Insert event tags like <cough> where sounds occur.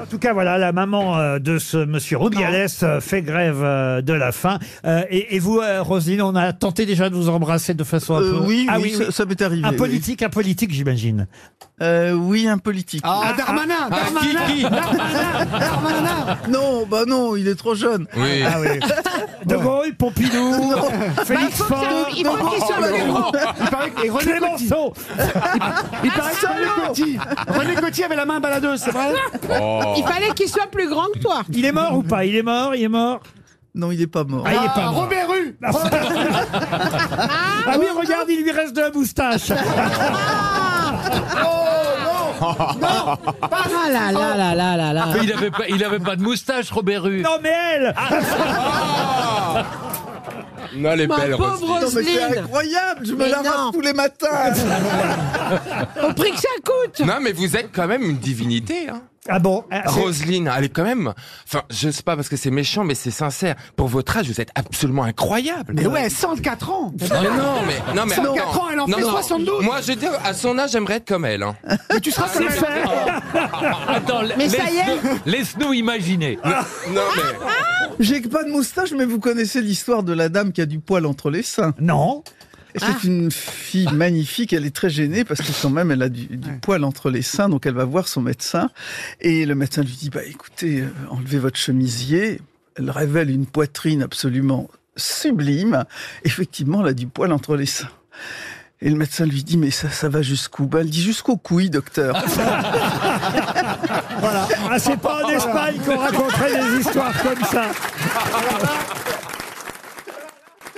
En tout cas, voilà, la maman euh, de ce monsieur Rubiales euh, fait grève euh, de la faim. Euh, et, et vous, euh, Roselyne, on a tenté déjà de vous embrasser de façon un Euh, peu... oui, Ah oui, ça- ça m'est arrivé, Un oui. politique, un politique, j'imagine. Euh, oui, un politique. Ah, Darmanin, Darmanin, Darmanin, Darmanin. Non, bah non, il est trop jeune. Oui. Ah <laughs> oui. De Gaulle, Bah, Pompidou, Félix Faure, Oh, Il faut qu'il soit plus grand. Il paraît que et René Coty. Clémenceau. Il paraît que René Coty. René Coty avait la main baladeuse, c'est vrai Il fallait qu'il soit plus grand que toi. Il est mort ou pas Il est mort, il est mort. Non, il est pas mort. Ah, il est pas Ah, mort. Robert Rue. Ah oui, regarde, il lui reste de la moustache. Ah là là là là là là. Il avait pas, il avait pas de moustache, Robert Rue. Non mais elle Ah. Non, les Ma belles pauvre Non, mais c'est Roselyne, incroyable, je me Mais la non. rase tous les matins. au prix que ça coûte. Non, mais vous êtes quand même une divinité. Hein. Ah bon ah, c'est- Roselyne, elle est quand même. Enfin, je sais pas parce que c'est méchant, mais c'est sincère. Pour votre âge, vous êtes absolument incroyable. Mais ouais, 104 ans. Mais non, mais non, mais 104 attends. ans, elle en fait 72. Moi, je dis, à son âge, j'aimerais être comme <laughs> elle. Hein. Mais tu seras comme elle. Ah. Attends, Mais ça y est. laisse-nous- laisse-nous imaginer. Non, mais J'ai pas de moustache, mais vous connaissez l'histoire de la dame qui a du poil entre les seins. Non. Et C'est une fille magnifique, elle est très gênée parce que quand même elle a du, du poil entre les seins, donc elle va voir son médecin et le médecin lui dit bah écoutez, euh, enlevez votre chemisier. Elle révèle une poitrine absolument sublime. Effectivement, elle a du poil entre les seins. Et le médecin lui dit mais ça ça va jusqu'où Bah, elle dit jusqu'aux couilles, docteur. Voilà. Ah, c'est pas en Espagne qu'on raconterait des histoires comme ça.